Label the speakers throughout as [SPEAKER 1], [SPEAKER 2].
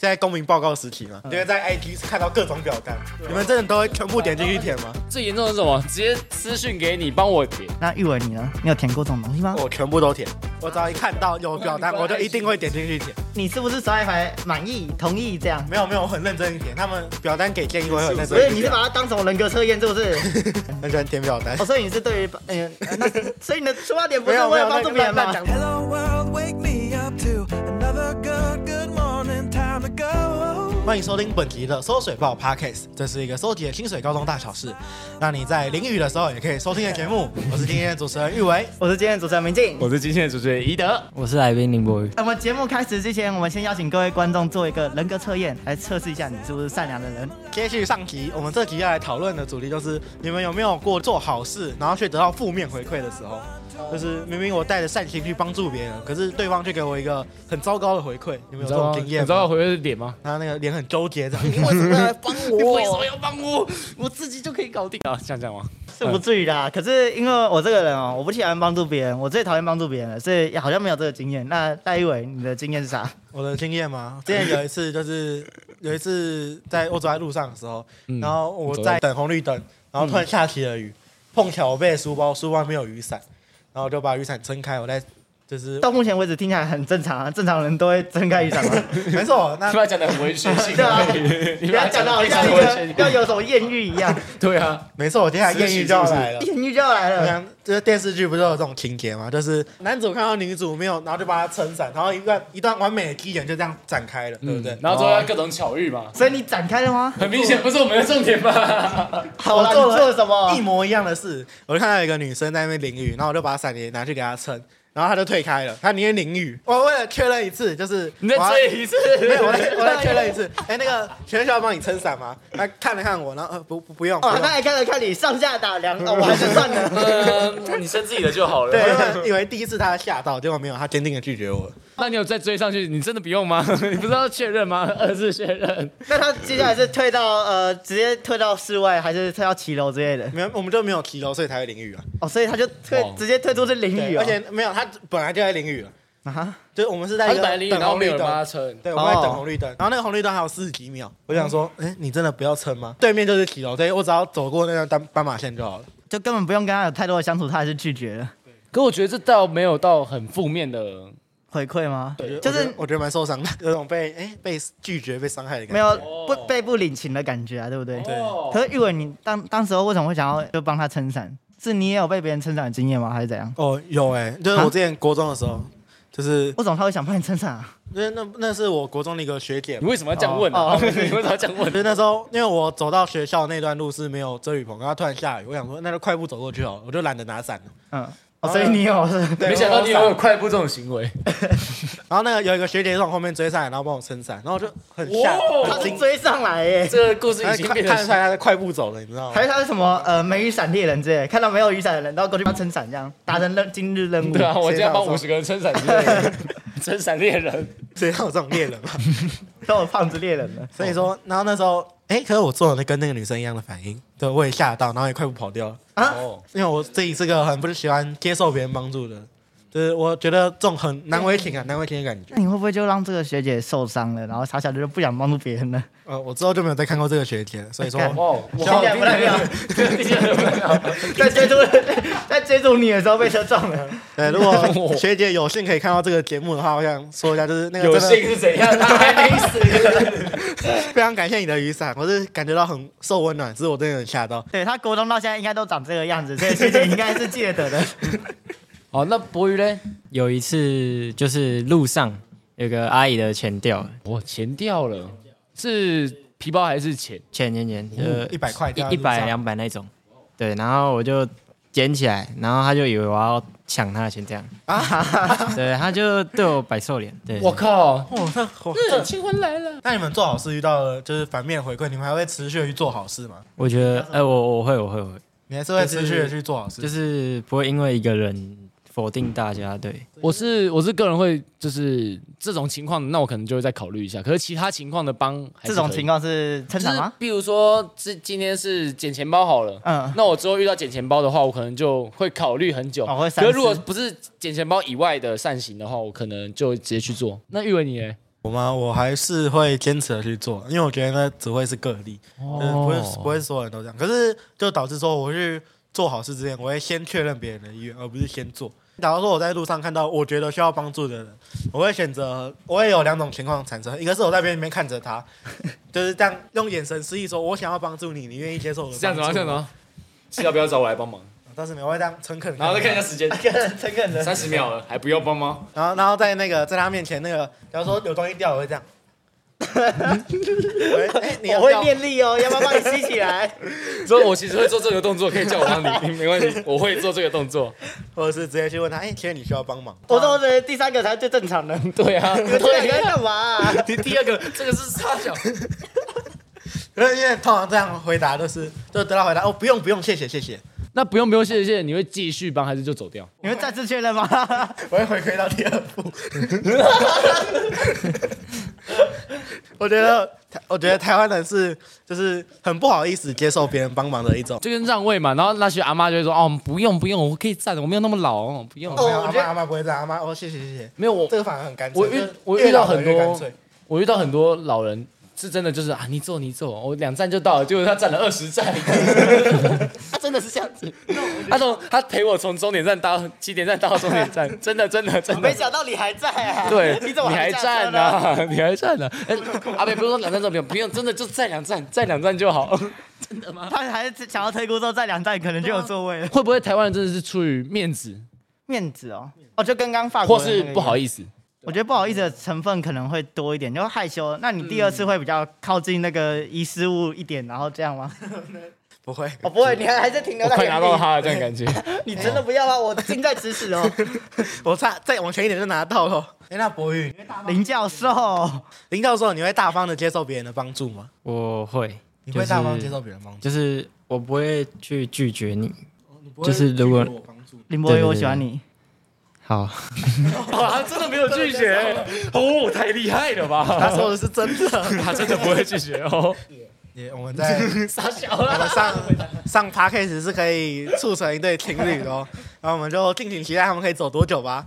[SPEAKER 1] 现在公民报告时期
[SPEAKER 2] 嗯
[SPEAKER 1] 嘛，你们在 IG 看到各种表单，
[SPEAKER 2] 啊
[SPEAKER 1] 你们真的都会全部点进去填吗？
[SPEAKER 3] 最严重的是什么？直接私讯给你，帮我点。
[SPEAKER 2] 那玉文你呢？你有填过这种东西吗？
[SPEAKER 1] 我全部都填，我只要一看到有表单，我就一定会点进去填。
[SPEAKER 2] 你是不是刷一排满意、同意这样？
[SPEAKER 1] 没有没有，我很认真一点，他们表单给建议我会很认
[SPEAKER 2] 所以
[SPEAKER 1] 真
[SPEAKER 2] 你
[SPEAKER 1] 一
[SPEAKER 2] 是
[SPEAKER 1] 点，
[SPEAKER 2] 把它当成人格测验是 不是？
[SPEAKER 1] 很喜欢填表单
[SPEAKER 2] 哦，。所以你是对于 嗯、那所以你的出发点不
[SPEAKER 1] 没
[SPEAKER 2] 是
[SPEAKER 1] 有
[SPEAKER 2] 为
[SPEAKER 1] 没有
[SPEAKER 2] 了帮助别人啊
[SPEAKER 1] 那那？
[SPEAKER 2] 吗
[SPEAKER 1] 讲
[SPEAKER 4] Hello world, wake me up to another good, good morning, time to go.
[SPEAKER 1] 欢迎收听本集的《搜水报 Podcast》，这是一个收集的清水高中大小事，让你在淋雨的时候也可以收听的节 目。我是今天的主持人玉维，
[SPEAKER 2] 我是今天的主持人明静。
[SPEAKER 3] 我是今天的主持人宜德，
[SPEAKER 5] 我是来宾林博宇，
[SPEAKER 2] 我们节目开始之前，我们先邀请各位观众做一个人格测验，来测试一下你是不是善良的人。
[SPEAKER 1] 接续上集，我们这集要来讨论的主题就是你们有没有过做好事，然后却得到负面回馈的时候？就是明明我带着善心去帮助别人，可是对方却给我一个很糟糕的回馈。你们有这种经
[SPEAKER 3] 你
[SPEAKER 1] 验
[SPEAKER 3] 知
[SPEAKER 1] 吗？
[SPEAKER 3] 道回的点吗？
[SPEAKER 1] 他那个脸很纠结，这样。
[SPEAKER 3] 为什么要来帮我？为什么要帮我？我自己就可以搞定啊！像这样吗？
[SPEAKER 2] 是不至于啦，可是因为我这个人哦，我不喜欢帮助别人，我最讨厌帮助别人了，所以好像没有这个经验。那戴一伟，你的经验是啥？
[SPEAKER 1] 我的经验吗？之前有一次就是有一次在我走在路上的时候，
[SPEAKER 3] 嗯
[SPEAKER 1] 然后我在等红绿灯，然后突然下起了雨，碰巧我背的书包，书包没有雨伞，然后我就把雨伞撑开，我在 就是
[SPEAKER 2] 到目前为止听起来很正常啊，正常人都会睁开雨伞嘛。
[SPEAKER 1] 没错，那
[SPEAKER 3] 你把它讲的很文学性，
[SPEAKER 2] 对啊
[SPEAKER 3] 你
[SPEAKER 2] 不
[SPEAKER 3] 把
[SPEAKER 2] 要
[SPEAKER 3] 它讲
[SPEAKER 2] 讲
[SPEAKER 3] 的
[SPEAKER 2] 到好
[SPEAKER 3] 非常
[SPEAKER 2] 像一
[SPEAKER 3] 文学
[SPEAKER 2] 个
[SPEAKER 3] 性，
[SPEAKER 2] 要有什么艳遇一 样，
[SPEAKER 3] 对啊，
[SPEAKER 1] 没错，我接下来艳遇就要来了。
[SPEAKER 2] 艳遇就要来
[SPEAKER 1] 我
[SPEAKER 2] 了。
[SPEAKER 1] 想就是电视剧不就有这种情节吗？就是男主看到女主没有，然后就把她撑伞，然后一段一段完美的机缘就这样展开了，对不对
[SPEAKER 3] 嗯？然后之后要各种巧遇嘛，
[SPEAKER 2] 所以你展开了吗？
[SPEAKER 3] 很明显不是我们的重点吧？
[SPEAKER 2] 好啦，你
[SPEAKER 1] 做了
[SPEAKER 2] 做了什么
[SPEAKER 1] 一？模一样的事，我就看到有一个女生在那边淋雨，然后我就把伞也拿去给她撑，然后她就退开了，她宁愿淋雨。我为了确认一次，就是
[SPEAKER 3] 你再
[SPEAKER 1] 我要
[SPEAKER 3] 追一次，
[SPEAKER 1] 没有，我再我再确认一次。哎、那个学校帮你撑伞吗？她看了看我，然后、呃、不不不用，不
[SPEAKER 2] 哦，
[SPEAKER 1] 用
[SPEAKER 2] 他还看了看你上下打量，哦，我还是算了。
[SPEAKER 3] 嗯，你生自己的就好了。
[SPEAKER 1] 对，因为以为第一次她吓到，结果没有，她坚定的拒绝我。
[SPEAKER 3] 那你有再追上去，你真的不用吗？ 你不是要确认吗？ 二次确认，
[SPEAKER 2] 那他接下来是退到呃，直接退到室外，还是退到骑楼之类的？
[SPEAKER 1] 没有，我们就没有骑楼，所以才会淋雨啊。
[SPEAKER 2] 哦，所以他就退
[SPEAKER 3] 哇，
[SPEAKER 2] 直接退出是淋
[SPEAKER 1] 对
[SPEAKER 3] 啊
[SPEAKER 2] 雨哦。
[SPEAKER 1] 而且没有，她本来就在淋雨了，
[SPEAKER 2] 啊哈，
[SPEAKER 1] 就是我们是在
[SPEAKER 3] 他
[SPEAKER 1] 一
[SPEAKER 3] 是
[SPEAKER 1] 个
[SPEAKER 3] 白领，
[SPEAKER 1] 等
[SPEAKER 3] 然后
[SPEAKER 1] 红
[SPEAKER 3] 没
[SPEAKER 1] 绿
[SPEAKER 3] 有人
[SPEAKER 1] 灯
[SPEAKER 3] 帮。他嗯撑。
[SPEAKER 1] 对，我们在等
[SPEAKER 2] 哦
[SPEAKER 1] 红绿灯，然后那个红绿灯还有四十几秒，我想说，哎、你真的不要撑吗？对面就是骑楼，对我只要走过那条斑斑马线就好了。
[SPEAKER 2] 就根本不用跟他有太多的相处，他还是拒绝了。
[SPEAKER 3] 可我觉得这倒没有到很负面的，
[SPEAKER 2] 回馈吗？
[SPEAKER 1] 我觉得
[SPEAKER 2] 就
[SPEAKER 1] 我觉
[SPEAKER 2] 是
[SPEAKER 1] 得我觉得蛮受伤的，有种被哎、被拒绝、被伤害的感觉。
[SPEAKER 2] 没有不
[SPEAKER 3] 哦
[SPEAKER 2] 被不领情的感觉啊，对不对？
[SPEAKER 1] 对
[SPEAKER 2] 可是玉文，你当当时候为什么会想要就帮他撑伞？是你也有被别人撑伞的经验吗？还是怎样？
[SPEAKER 1] 哦，有哎、就是
[SPEAKER 3] 啊
[SPEAKER 1] 我之前国中的时候，就是
[SPEAKER 2] 为什么他会想帮你撑伞啊？
[SPEAKER 1] 因为那那是我国中的一个学姐
[SPEAKER 3] 你，为什么要这样问
[SPEAKER 2] 哦
[SPEAKER 3] 啊？
[SPEAKER 2] 哦
[SPEAKER 3] 你为什么要这样问
[SPEAKER 1] 就？是那时候因为我走到学校那段路是没有遮雨棚，然后突然下雨，我想说那就快步走过去好了，我就懒得拿伞了。
[SPEAKER 2] 嗯，哦，所以你有是
[SPEAKER 1] 对
[SPEAKER 3] 没想到你
[SPEAKER 1] 我
[SPEAKER 3] 有快步这种行为，
[SPEAKER 1] 然后那个有一个学姐从后面追上来，然后帮我撑伞，然后我就很吓，
[SPEAKER 3] 哇
[SPEAKER 2] 他
[SPEAKER 1] 很
[SPEAKER 2] 是
[SPEAKER 1] 惊，
[SPEAKER 2] 追上来耶。
[SPEAKER 3] 这个故事
[SPEAKER 1] 看
[SPEAKER 3] 已经
[SPEAKER 1] 看
[SPEAKER 3] 变
[SPEAKER 1] 得出来
[SPEAKER 3] 成
[SPEAKER 1] 她在快步走了，你知道吗
[SPEAKER 2] 还？是他是什么呃没雨伞猎人之类的，看到没有雨伞的人，然后过去帮他撑伞，这样达成任今日任务。
[SPEAKER 3] 对啊，我今天帮
[SPEAKER 1] 谁让我
[SPEAKER 3] 五十个人撑伞之类的，撑伞猎人，
[SPEAKER 1] 谁让我这种猎 人嘛？
[SPEAKER 2] 都有胖子猎人了。
[SPEAKER 1] 所以说，然后那时候，哎、可是我做了跟那个女生一样的反应，对我也吓到，然后也快步跑掉了，
[SPEAKER 2] 啊，
[SPEAKER 3] 哦，
[SPEAKER 1] 因为我自己是个很不喜欢接受别人帮助的，就是我觉得这种很难为情啊，难为情的感觉。
[SPEAKER 2] 那你会不会就让这个学姐受伤了，然后傻傻的就不想帮助别人了？
[SPEAKER 1] 呃，我之后就没有再看过这个学姐了，所以说，
[SPEAKER 2] 干
[SPEAKER 3] 哇，我
[SPEAKER 2] 听起来不太
[SPEAKER 3] 啊
[SPEAKER 2] 妙， 在追逐在追逐你的时候被车撞了，
[SPEAKER 1] 对，如果 学姐有幸可以看到这个节目的话，我想说一下，就是那个
[SPEAKER 3] 有
[SPEAKER 1] 真
[SPEAKER 3] 幸
[SPEAKER 1] 的
[SPEAKER 3] 是怎样？他还没死，
[SPEAKER 1] 非常感谢你的雨伞，我是感觉到很受温暖，只是我真的很吓到。
[SPEAKER 2] 对他国中到现在应该都长这个样子， 所以学姐应该是记得的。
[SPEAKER 3] 哦，那博宇嘞？
[SPEAKER 5] 有一次就是路上有个阿姨的钱掉了，
[SPEAKER 3] 我钱掉了，是皮包还是钱？
[SPEAKER 5] 钱钱钱，
[SPEAKER 3] 哦
[SPEAKER 5] 呃，
[SPEAKER 1] 一百块掉在
[SPEAKER 5] 一
[SPEAKER 1] 路
[SPEAKER 5] 一百
[SPEAKER 1] 上
[SPEAKER 5] 两百那种，对，然后我就捡起来，然后他就以为我要抢他的钱这样，对，他就对我摆臭脸，对，
[SPEAKER 3] 啊我靠！
[SPEAKER 1] 哦，那好。
[SPEAKER 3] 钱还来了，
[SPEAKER 1] 那你们做好事遇到了就是反面回馈，你们还会持续的去做好事吗？
[SPEAKER 5] 我觉得，哎、我我会我会我会，
[SPEAKER 1] 你还是会持续的去做好事？
[SPEAKER 5] 就是不会因为一个人否定大家，对，
[SPEAKER 3] 我是我是个人会就是这种情况，那我可能就会再考虑一下。可是其他情况的帮，还
[SPEAKER 2] 这
[SPEAKER 3] 是
[SPEAKER 2] 种
[SPEAKER 3] 可以
[SPEAKER 2] 情况是撑
[SPEAKER 3] 就
[SPEAKER 2] 伞
[SPEAKER 3] 是
[SPEAKER 2] 吗？
[SPEAKER 3] 比如说这今天是捡钱包好了，
[SPEAKER 2] 嗯，
[SPEAKER 3] 那我之后遇到捡钱包的话，我可能就会考虑很久。
[SPEAKER 2] 哦会
[SPEAKER 3] 可
[SPEAKER 2] 三思
[SPEAKER 3] 是如果不是捡钱包以外的善行的话，我可能就直接去做。那玉文你呢？
[SPEAKER 1] 我吗？我还是会坚持的去做，因为我觉得那只会是个例，
[SPEAKER 3] 呃
[SPEAKER 1] 就是不会不会所有人都这样。可是就导致说，我去做好事之前，我会先确认别人的意愿，而不是先做。假如说我在路上看到我觉得需要帮助的人，我会选择，我会有两种情况产生，一个是我在边边看着他， 就是这样用眼神示意说，我想要帮助你，你愿意接受我的
[SPEAKER 3] 这样子吗？
[SPEAKER 1] 帮
[SPEAKER 3] 这
[SPEAKER 1] 助
[SPEAKER 3] 样子吗？是要不要找我来帮忙？
[SPEAKER 1] 但是没有，我会这样 诚恳地
[SPEAKER 3] 然后再看一
[SPEAKER 1] 他
[SPEAKER 3] 下 时间，
[SPEAKER 2] 一个人诚恳的，
[SPEAKER 3] 三十秒了，还不要帮忙？
[SPEAKER 1] 然后然后在那个在他面前那个，假如说有东西掉，我会这样。喂哎你要
[SPEAKER 2] 我会
[SPEAKER 1] 掉吗
[SPEAKER 2] 念力哦，要不要帮你吸起 来？
[SPEAKER 3] 所以我其实会做这个动作，可以叫我帮 你，没关系，我会做这个动作。
[SPEAKER 1] 或者是直接去问他，哎、其实你需要帮忙。
[SPEAKER 2] 我都觉得第三个才是最正常的。
[SPEAKER 3] 对啊，
[SPEAKER 2] 你们这两个在干嘛啊？
[SPEAKER 3] 你第二个这个是差小，
[SPEAKER 1] 因为因为通常这样回答都是，就得到回答哦，不用不用，谢谢谢谢，
[SPEAKER 3] 那不用不用，谢谢谢谢，你会继续帮还是就走掉？
[SPEAKER 2] 你们再次确认吗？
[SPEAKER 1] 我会回归到第二步。 我觉得，我觉得台湾人是就是很不好意思接受别人帮忙的一种。
[SPEAKER 3] 就跟让位嘛，然后那些阿妈就会说哦，不用不用，我可以站，我没有那么老，哦，不用。
[SPEAKER 1] 没有
[SPEAKER 2] 我
[SPEAKER 1] 阿
[SPEAKER 2] 觉
[SPEAKER 1] 妈
[SPEAKER 2] 得
[SPEAKER 1] 阿妈不会这样，阿妈哦谢谢谢谢，
[SPEAKER 3] 没有我
[SPEAKER 1] 这个反而很干脆。
[SPEAKER 3] 我遇
[SPEAKER 1] 就是
[SPEAKER 3] 我
[SPEAKER 1] 越
[SPEAKER 3] 遇到
[SPEAKER 1] 老的
[SPEAKER 3] 很
[SPEAKER 1] 越干
[SPEAKER 3] 多
[SPEAKER 1] 脆
[SPEAKER 3] 我遇到很多老人是真的就是啊，你坐你坐，我两站就到了，结果他站了二十站，
[SPEAKER 2] 他真的是这样子，
[SPEAKER 3] 他从他陪我从终点站到起点站到终点 站，真的真的真
[SPEAKER 2] 没
[SPEAKER 3] 的。
[SPEAKER 2] 想到你还在 啊！
[SPEAKER 3] 对，
[SPEAKER 2] 你怎么
[SPEAKER 3] 还站
[SPEAKER 2] 站
[SPEAKER 3] 呢、？你还站呢、哎，阿北不是说两站走不用，不用，真的就站两站，站两站就 好。
[SPEAKER 2] 他还是想要推估之后再两站可能就有座位了。
[SPEAKER 3] 会不会台湾人真的是出于面子，
[SPEAKER 2] 面子哦， 哦，就跟刚法国
[SPEAKER 3] 或
[SPEAKER 2] 的那个一
[SPEAKER 3] 是
[SPEAKER 2] 样
[SPEAKER 3] 不好意思？
[SPEAKER 2] 我觉得不好意思的成分可能会多一点，就害羞。那你第二次会比较靠近那个遗失物一点，然后这样吗？
[SPEAKER 1] 不会。
[SPEAKER 2] 哦，不会，你还还是停留
[SPEAKER 3] 我
[SPEAKER 2] 在
[SPEAKER 3] 快拿到
[SPEAKER 2] 原地。
[SPEAKER 3] 他了，这样感觉。
[SPEAKER 2] 你真的不要吗？啊我近在咫尺哦，
[SPEAKER 1] 我差再往前一点就拿到了。哎、那博宇，
[SPEAKER 2] 林教授。
[SPEAKER 1] 林教授，你会大方的接受别人的帮助吗？
[SPEAKER 5] 我会，
[SPEAKER 1] 你会大方地接受别人的帮助？
[SPEAKER 5] 就是我不会去拒绝你。
[SPEAKER 1] 你不会
[SPEAKER 5] 就是如果
[SPEAKER 1] 拒绝我帮助
[SPEAKER 2] 林博宇，
[SPEAKER 5] 对对对
[SPEAKER 2] 我喜欢 你。
[SPEAKER 5] 好，
[SPEAKER 3] 哇，他真的没有拒绝、哦，太厉害了吧！
[SPEAKER 1] 他说的是真的。
[SPEAKER 3] 他真的 不会拒绝 哦，
[SPEAKER 1] 也我们 在
[SPEAKER 3] 傻小
[SPEAKER 1] 我
[SPEAKER 3] 了
[SPEAKER 1] 们。上上 p a c k a g e 是可以促成一对情侣的哦，然后我们就敬请期待他们可以走多久吧。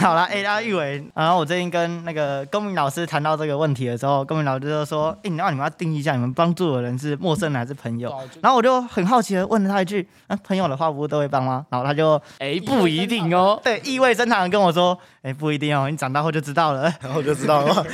[SPEAKER 2] 好啦，哎、那玉伟，然后我最近跟那个公民老师谈到这个问题的时候，公民老师就说：“哎、那你们要定义一下，你们帮助的人是陌生人还是朋友？”然后我就很好奇的问了他一句：“啊，朋友的话不是都会帮吗？”然后他就
[SPEAKER 3] 哎、不一定 哦。
[SPEAKER 2] 对意味深长的跟我说：“哎、不一定哦，你长大后就知道了。
[SPEAKER 1] 然后我就知道 了。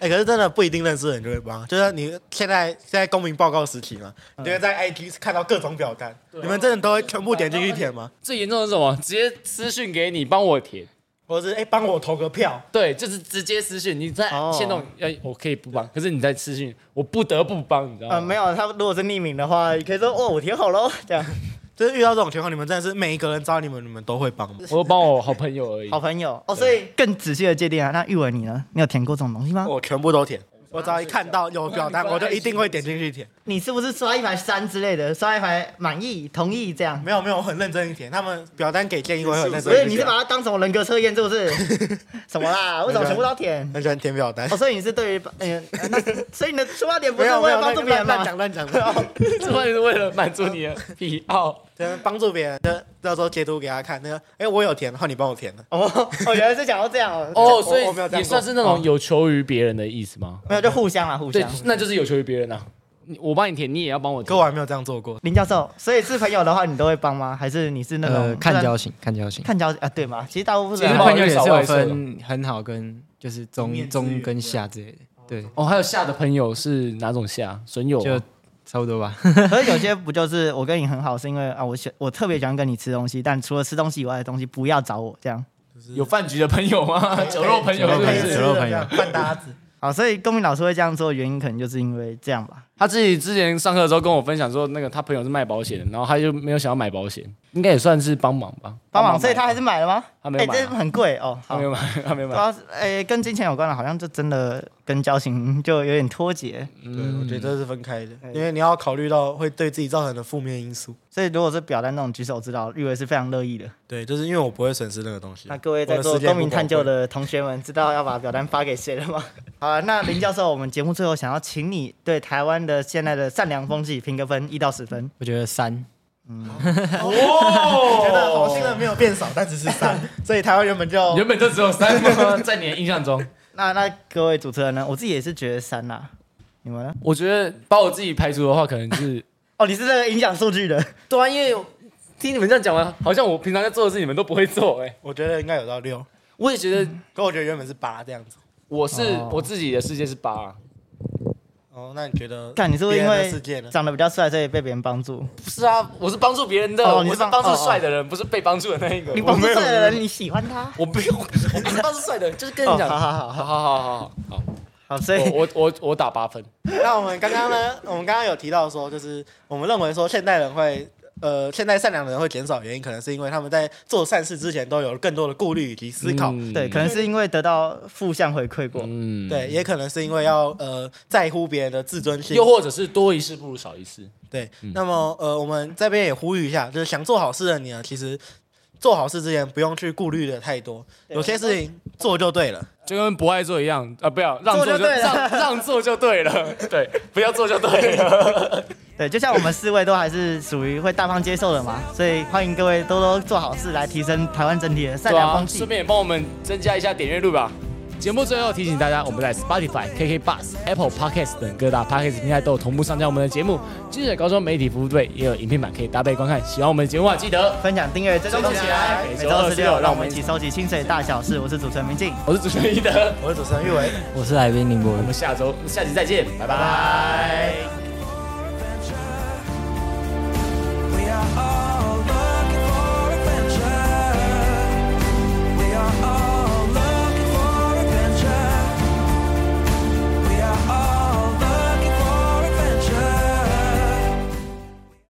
[SPEAKER 1] 哎、可是真的不一定认识的人就会帮，就是你现在现在公民报告时期嘛，你就会在 IG 看到各种表单，你们真的都会全部点进去填吗？
[SPEAKER 3] 最严重的是什么？直接私讯给你，帮我填。
[SPEAKER 1] 或者是哎帮、我投个票，
[SPEAKER 3] 对，就是直接私讯。你在
[SPEAKER 2] 哦
[SPEAKER 3] 线动，哎、我可以不帮，可是你在私讯，我不得不帮，你知”道吗？
[SPEAKER 2] 呃，没有，他如果是匿名的话，你可以说：“哦，我填好喽。”这样，
[SPEAKER 1] 就是遇到这种情况，你们真的是每一个人找你们，你们都会帮吗？
[SPEAKER 3] 我就帮我好朋友而已。
[SPEAKER 2] 好朋友哦，所以更仔细的界定啊。那玉伟你呢？你有填过这种东西吗？
[SPEAKER 1] 我全部都填，我只要一看到有表单，我就一定会点进去填。
[SPEAKER 2] 你是不是刷一排三之类的，刷一排满意、同意这样？
[SPEAKER 1] 没有没有，我很认真一填，他们表单给建议我会很 认
[SPEAKER 2] 所以
[SPEAKER 1] 真一
[SPEAKER 2] 你是
[SPEAKER 1] 填
[SPEAKER 2] 把。它当什么人格测验是不是？什么啦？为什么全部都 要填？
[SPEAKER 1] 很喜欢填表单
[SPEAKER 2] 哦，，所以你是对于，嗯、呃，那所以你的出发点不
[SPEAKER 1] 没
[SPEAKER 2] 是
[SPEAKER 1] 有
[SPEAKER 2] 为
[SPEAKER 1] 没有
[SPEAKER 2] 了帮助别人
[SPEAKER 1] 乱
[SPEAKER 2] 吗？
[SPEAKER 1] 讲乱讲，
[SPEAKER 3] 这完全是为了满足你的癖好。
[SPEAKER 1] 就是帮助别人，就到时候截图给他看。那个，哎，我有填，然后你帮我填了。
[SPEAKER 2] 哦，哦，原来是想要这样哦。
[SPEAKER 3] 哦，所
[SPEAKER 1] 所以
[SPEAKER 3] 以也算是那种有求于别人的意思吗？
[SPEAKER 2] 没有，就互相啦，互
[SPEAKER 3] 对
[SPEAKER 2] 相。，
[SPEAKER 3] 那就是有求于别人啊。你我帮你填，你也要帮我啊
[SPEAKER 1] 可
[SPEAKER 3] 填。
[SPEAKER 1] 我还没有这样做过。
[SPEAKER 2] 林教授，所以是朋友的话，你都会帮吗？还是你
[SPEAKER 3] 嗯
[SPEAKER 2] 是那种、
[SPEAKER 5] 呃，看交情，看交情。
[SPEAKER 2] 看交啊？对嘛，其实大部分
[SPEAKER 5] 其实
[SPEAKER 2] 人
[SPEAKER 3] 不好
[SPEAKER 5] 朋
[SPEAKER 3] 意思
[SPEAKER 5] 友也是
[SPEAKER 3] 少
[SPEAKER 5] 有
[SPEAKER 3] 外设
[SPEAKER 5] 分很好跟就是中中跟下之类的，对，
[SPEAKER 3] 哦，还有下的朋友是哪种下？损友吗
[SPEAKER 5] 就差不多吧。
[SPEAKER 2] 可是有些不就是我跟你很好，是因为啊，我喜我特别喜欢跟你吃东西，但除了吃东西以外的东西不要找我这样。
[SPEAKER 3] 有饭局的朋友吗？ 酒肉朋友
[SPEAKER 5] 酒
[SPEAKER 3] 是
[SPEAKER 5] 肉
[SPEAKER 3] 不
[SPEAKER 5] 朋友
[SPEAKER 3] 是？
[SPEAKER 5] 肉朋友
[SPEAKER 1] 半搭子。
[SPEAKER 2] 好，所以公民老师会这样做，原因可能就是因为这样吧。
[SPEAKER 3] 他自己之前上课的时候跟我分享说，那个他朋友是卖保险的，然后他就没有想要买保险，应该也算是帮忙吧。
[SPEAKER 2] 帮忙，所以
[SPEAKER 3] 买
[SPEAKER 2] 他还是买了吗？
[SPEAKER 3] 他没有买啊
[SPEAKER 2] 哎这很贵哦。
[SPEAKER 3] 他
[SPEAKER 2] 好
[SPEAKER 3] 没，有买，他没有
[SPEAKER 2] 主
[SPEAKER 3] 买。
[SPEAKER 2] 要是诶、跟金钱有关的，好像就真的跟交情就有点脱节。
[SPEAKER 1] 对，我觉得这是分开的，嗯因为你要考虑到会对自己造成的负面因素。
[SPEAKER 2] 所以如果是表单那种举手之劳，玉伟是非常乐意的。
[SPEAKER 1] 对，就是因为我不会损失那个东西。
[SPEAKER 2] 那各位在做公民探究，的同学们，知道要把表单发给谁了吗？ 好了，那林教授，我们节目最后想要请你对台湾的现在的善良风气评个分，一到十分。
[SPEAKER 5] 我觉得三，
[SPEAKER 2] 哦
[SPEAKER 1] 我 觉得 好心人没有变少，但只是三，所以台湾原本就
[SPEAKER 3] 原本就只有三吗？在你的印象中，
[SPEAKER 2] 那那各位主持人呢？我自己也是觉得三啦，你们呢？
[SPEAKER 3] 我觉得把我自己排除的话，可能是
[SPEAKER 2] 哦，你是这个影响数据的，
[SPEAKER 3] 对啊，因为听你们这样讲完，好像我平常在做的事你们都不会做哎、
[SPEAKER 1] 我觉得应该有到六，
[SPEAKER 3] 我也觉得
[SPEAKER 1] 可我觉得原本是八这样子。
[SPEAKER 3] 我是、
[SPEAKER 2] 哦
[SPEAKER 3] 我自己的世界是八、啊
[SPEAKER 1] 哦，那你觉得？
[SPEAKER 2] 看你是不是因为
[SPEAKER 1] 世界呢？
[SPEAKER 2] 长得比较帅，所以被别人帮助？
[SPEAKER 3] 不是啊，我是帮助别人的，
[SPEAKER 2] 哦
[SPEAKER 3] 我
[SPEAKER 2] 你
[SPEAKER 3] 是
[SPEAKER 2] 是帮
[SPEAKER 3] 帮助
[SPEAKER 2] 哦哦
[SPEAKER 3] 帅的人，不是被帮助的那一个。
[SPEAKER 2] 你
[SPEAKER 3] 我
[SPEAKER 2] 帮助
[SPEAKER 3] 没有
[SPEAKER 2] 帅的人，你喜欢他？
[SPEAKER 3] 我不用，我不是帮助帅的人，就是跟
[SPEAKER 2] 哦，
[SPEAKER 3] 你讲，
[SPEAKER 2] 好
[SPEAKER 3] 好
[SPEAKER 2] 好好
[SPEAKER 3] 好
[SPEAKER 2] 好
[SPEAKER 3] 好好好好，
[SPEAKER 2] 好，所以
[SPEAKER 3] 我我我我打八分，
[SPEAKER 1] 那我们刚刚呢？我们刚刚有提到说，就是我们认为说现代人会。呃，现代善良的人会减少，原因可能是因为他们在做善事之前都有更多的顾虑以及思考，
[SPEAKER 3] 嗯
[SPEAKER 2] 对，可能是因为得到负向回馈过。
[SPEAKER 3] 嗯
[SPEAKER 1] 对，，也可能是因为要呃在乎别人的自尊心，
[SPEAKER 3] 又或者是多一事不如少一事。
[SPEAKER 1] 对，那么呃，我们这边也呼吁一下，就是想做好事的你啊呢，其实做好事之前不用去顾虑的太多，
[SPEAKER 2] 对
[SPEAKER 1] 有些事情做就对了。
[SPEAKER 3] 就跟不爱做一样啊，不要让
[SPEAKER 2] 做
[SPEAKER 3] 做
[SPEAKER 2] 就
[SPEAKER 3] 就
[SPEAKER 2] 对了
[SPEAKER 3] 让 让做就对了， 对，不要做就对 了。
[SPEAKER 2] 对，就像我们四位都还是属于会大方接受 的嘛，所以欢迎各位多多做好事来提升台湾整体的善
[SPEAKER 3] 对
[SPEAKER 2] 良
[SPEAKER 3] 啊，
[SPEAKER 2] 风气
[SPEAKER 3] 顺。便也帮我们增加一下点阅率吧。节目最后提醒大家，我们在 Spotify、KK Bus、Apple Podcast 等各大 Podcast 平台都有同步上架我们的节目。记者高中媒体服务队也有影片版可以搭配观看。喜欢我们的节目啊，记得
[SPEAKER 2] 分享、订阅、追踪
[SPEAKER 3] 追踪
[SPEAKER 2] 起
[SPEAKER 3] 起
[SPEAKER 2] 来
[SPEAKER 3] 来，
[SPEAKER 2] 每
[SPEAKER 3] 每
[SPEAKER 2] 周
[SPEAKER 3] 周
[SPEAKER 2] 二
[SPEAKER 3] 二
[SPEAKER 2] 十
[SPEAKER 3] 十
[SPEAKER 2] 六，
[SPEAKER 3] 六
[SPEAKER 2] 让我们一起收集清水大小事。我是主持人明静。
[SPEAKER 3] 我是主持人一德，
[SPEAKER 1] 我是主持人玉伟。
[SPEAKER 5] 我是来宾林博宇
[SPEAKER 3] 我。们下周下集再见，拜拜